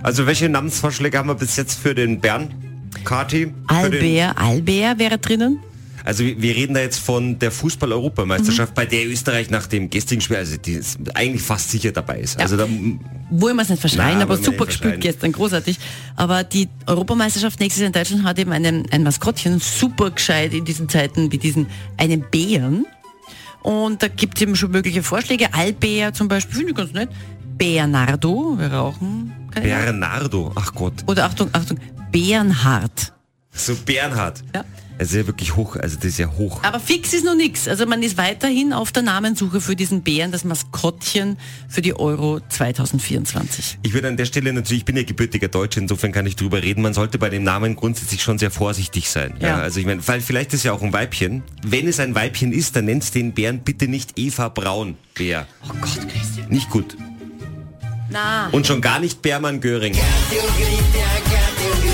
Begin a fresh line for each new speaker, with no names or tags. Also welche Namensvorschläge haben wir bis jetzt für den Bern? Kati? Für den,
Albert, Albert wäre drinnen.
also wir wir reden da jetzt von der
Mhm.
Fußball-Europameisterschaft, bei der Österreich nach dem gestrigen Spiel, also die ist eigentlich fast sicher dabei ist. Also da,
Wollen wir es nicht verschreien,
Na,
aber
wollen wir
super
nicht
gespielt
verschreien.
gestern, großartig. Aber die Europameisterschaft nächstes Jahr in Deutschland hat eben einen, ein Maskottchen, super gescheit in diesen Zeiten wie diesen, einen Bären. Und da gibt es eben schon mögliche Vorschläge. Albär zum Beispiel, finde ich ganz nett. Bernardo, wir rauchen.
Bernardo, ach Gott,
Oder Achtung, Achtung, Bernhard.
so Bernhard.
Ja.
Also ja wirklich hoch, also das ist ja hoch.
Aber fix ist noch nichts. Also man ist weiterhin auf der Namenssuche für diesen Bären, das Maskottchen für die Euro 2024.
Ich würde an der Stelle natürlich, ich bin ja gebürtiger Deutsche, insofern kann ich drüber reden. Man sollte bei dem Namen grundsätzlich schon sehr vorsichtig sein. Ja.
Ja.
also ich meine, weil vielleicht ist ja auch ein Weibchen. Wenn es ein Weibchen ist, dann nennst den Bären bitte nicht Eva Braun Bär.
Oh Gott, Christian.
Nicht gut.
Na.
Und schon gar nicht Bärmann Göring.
Kategorie der Kategorie.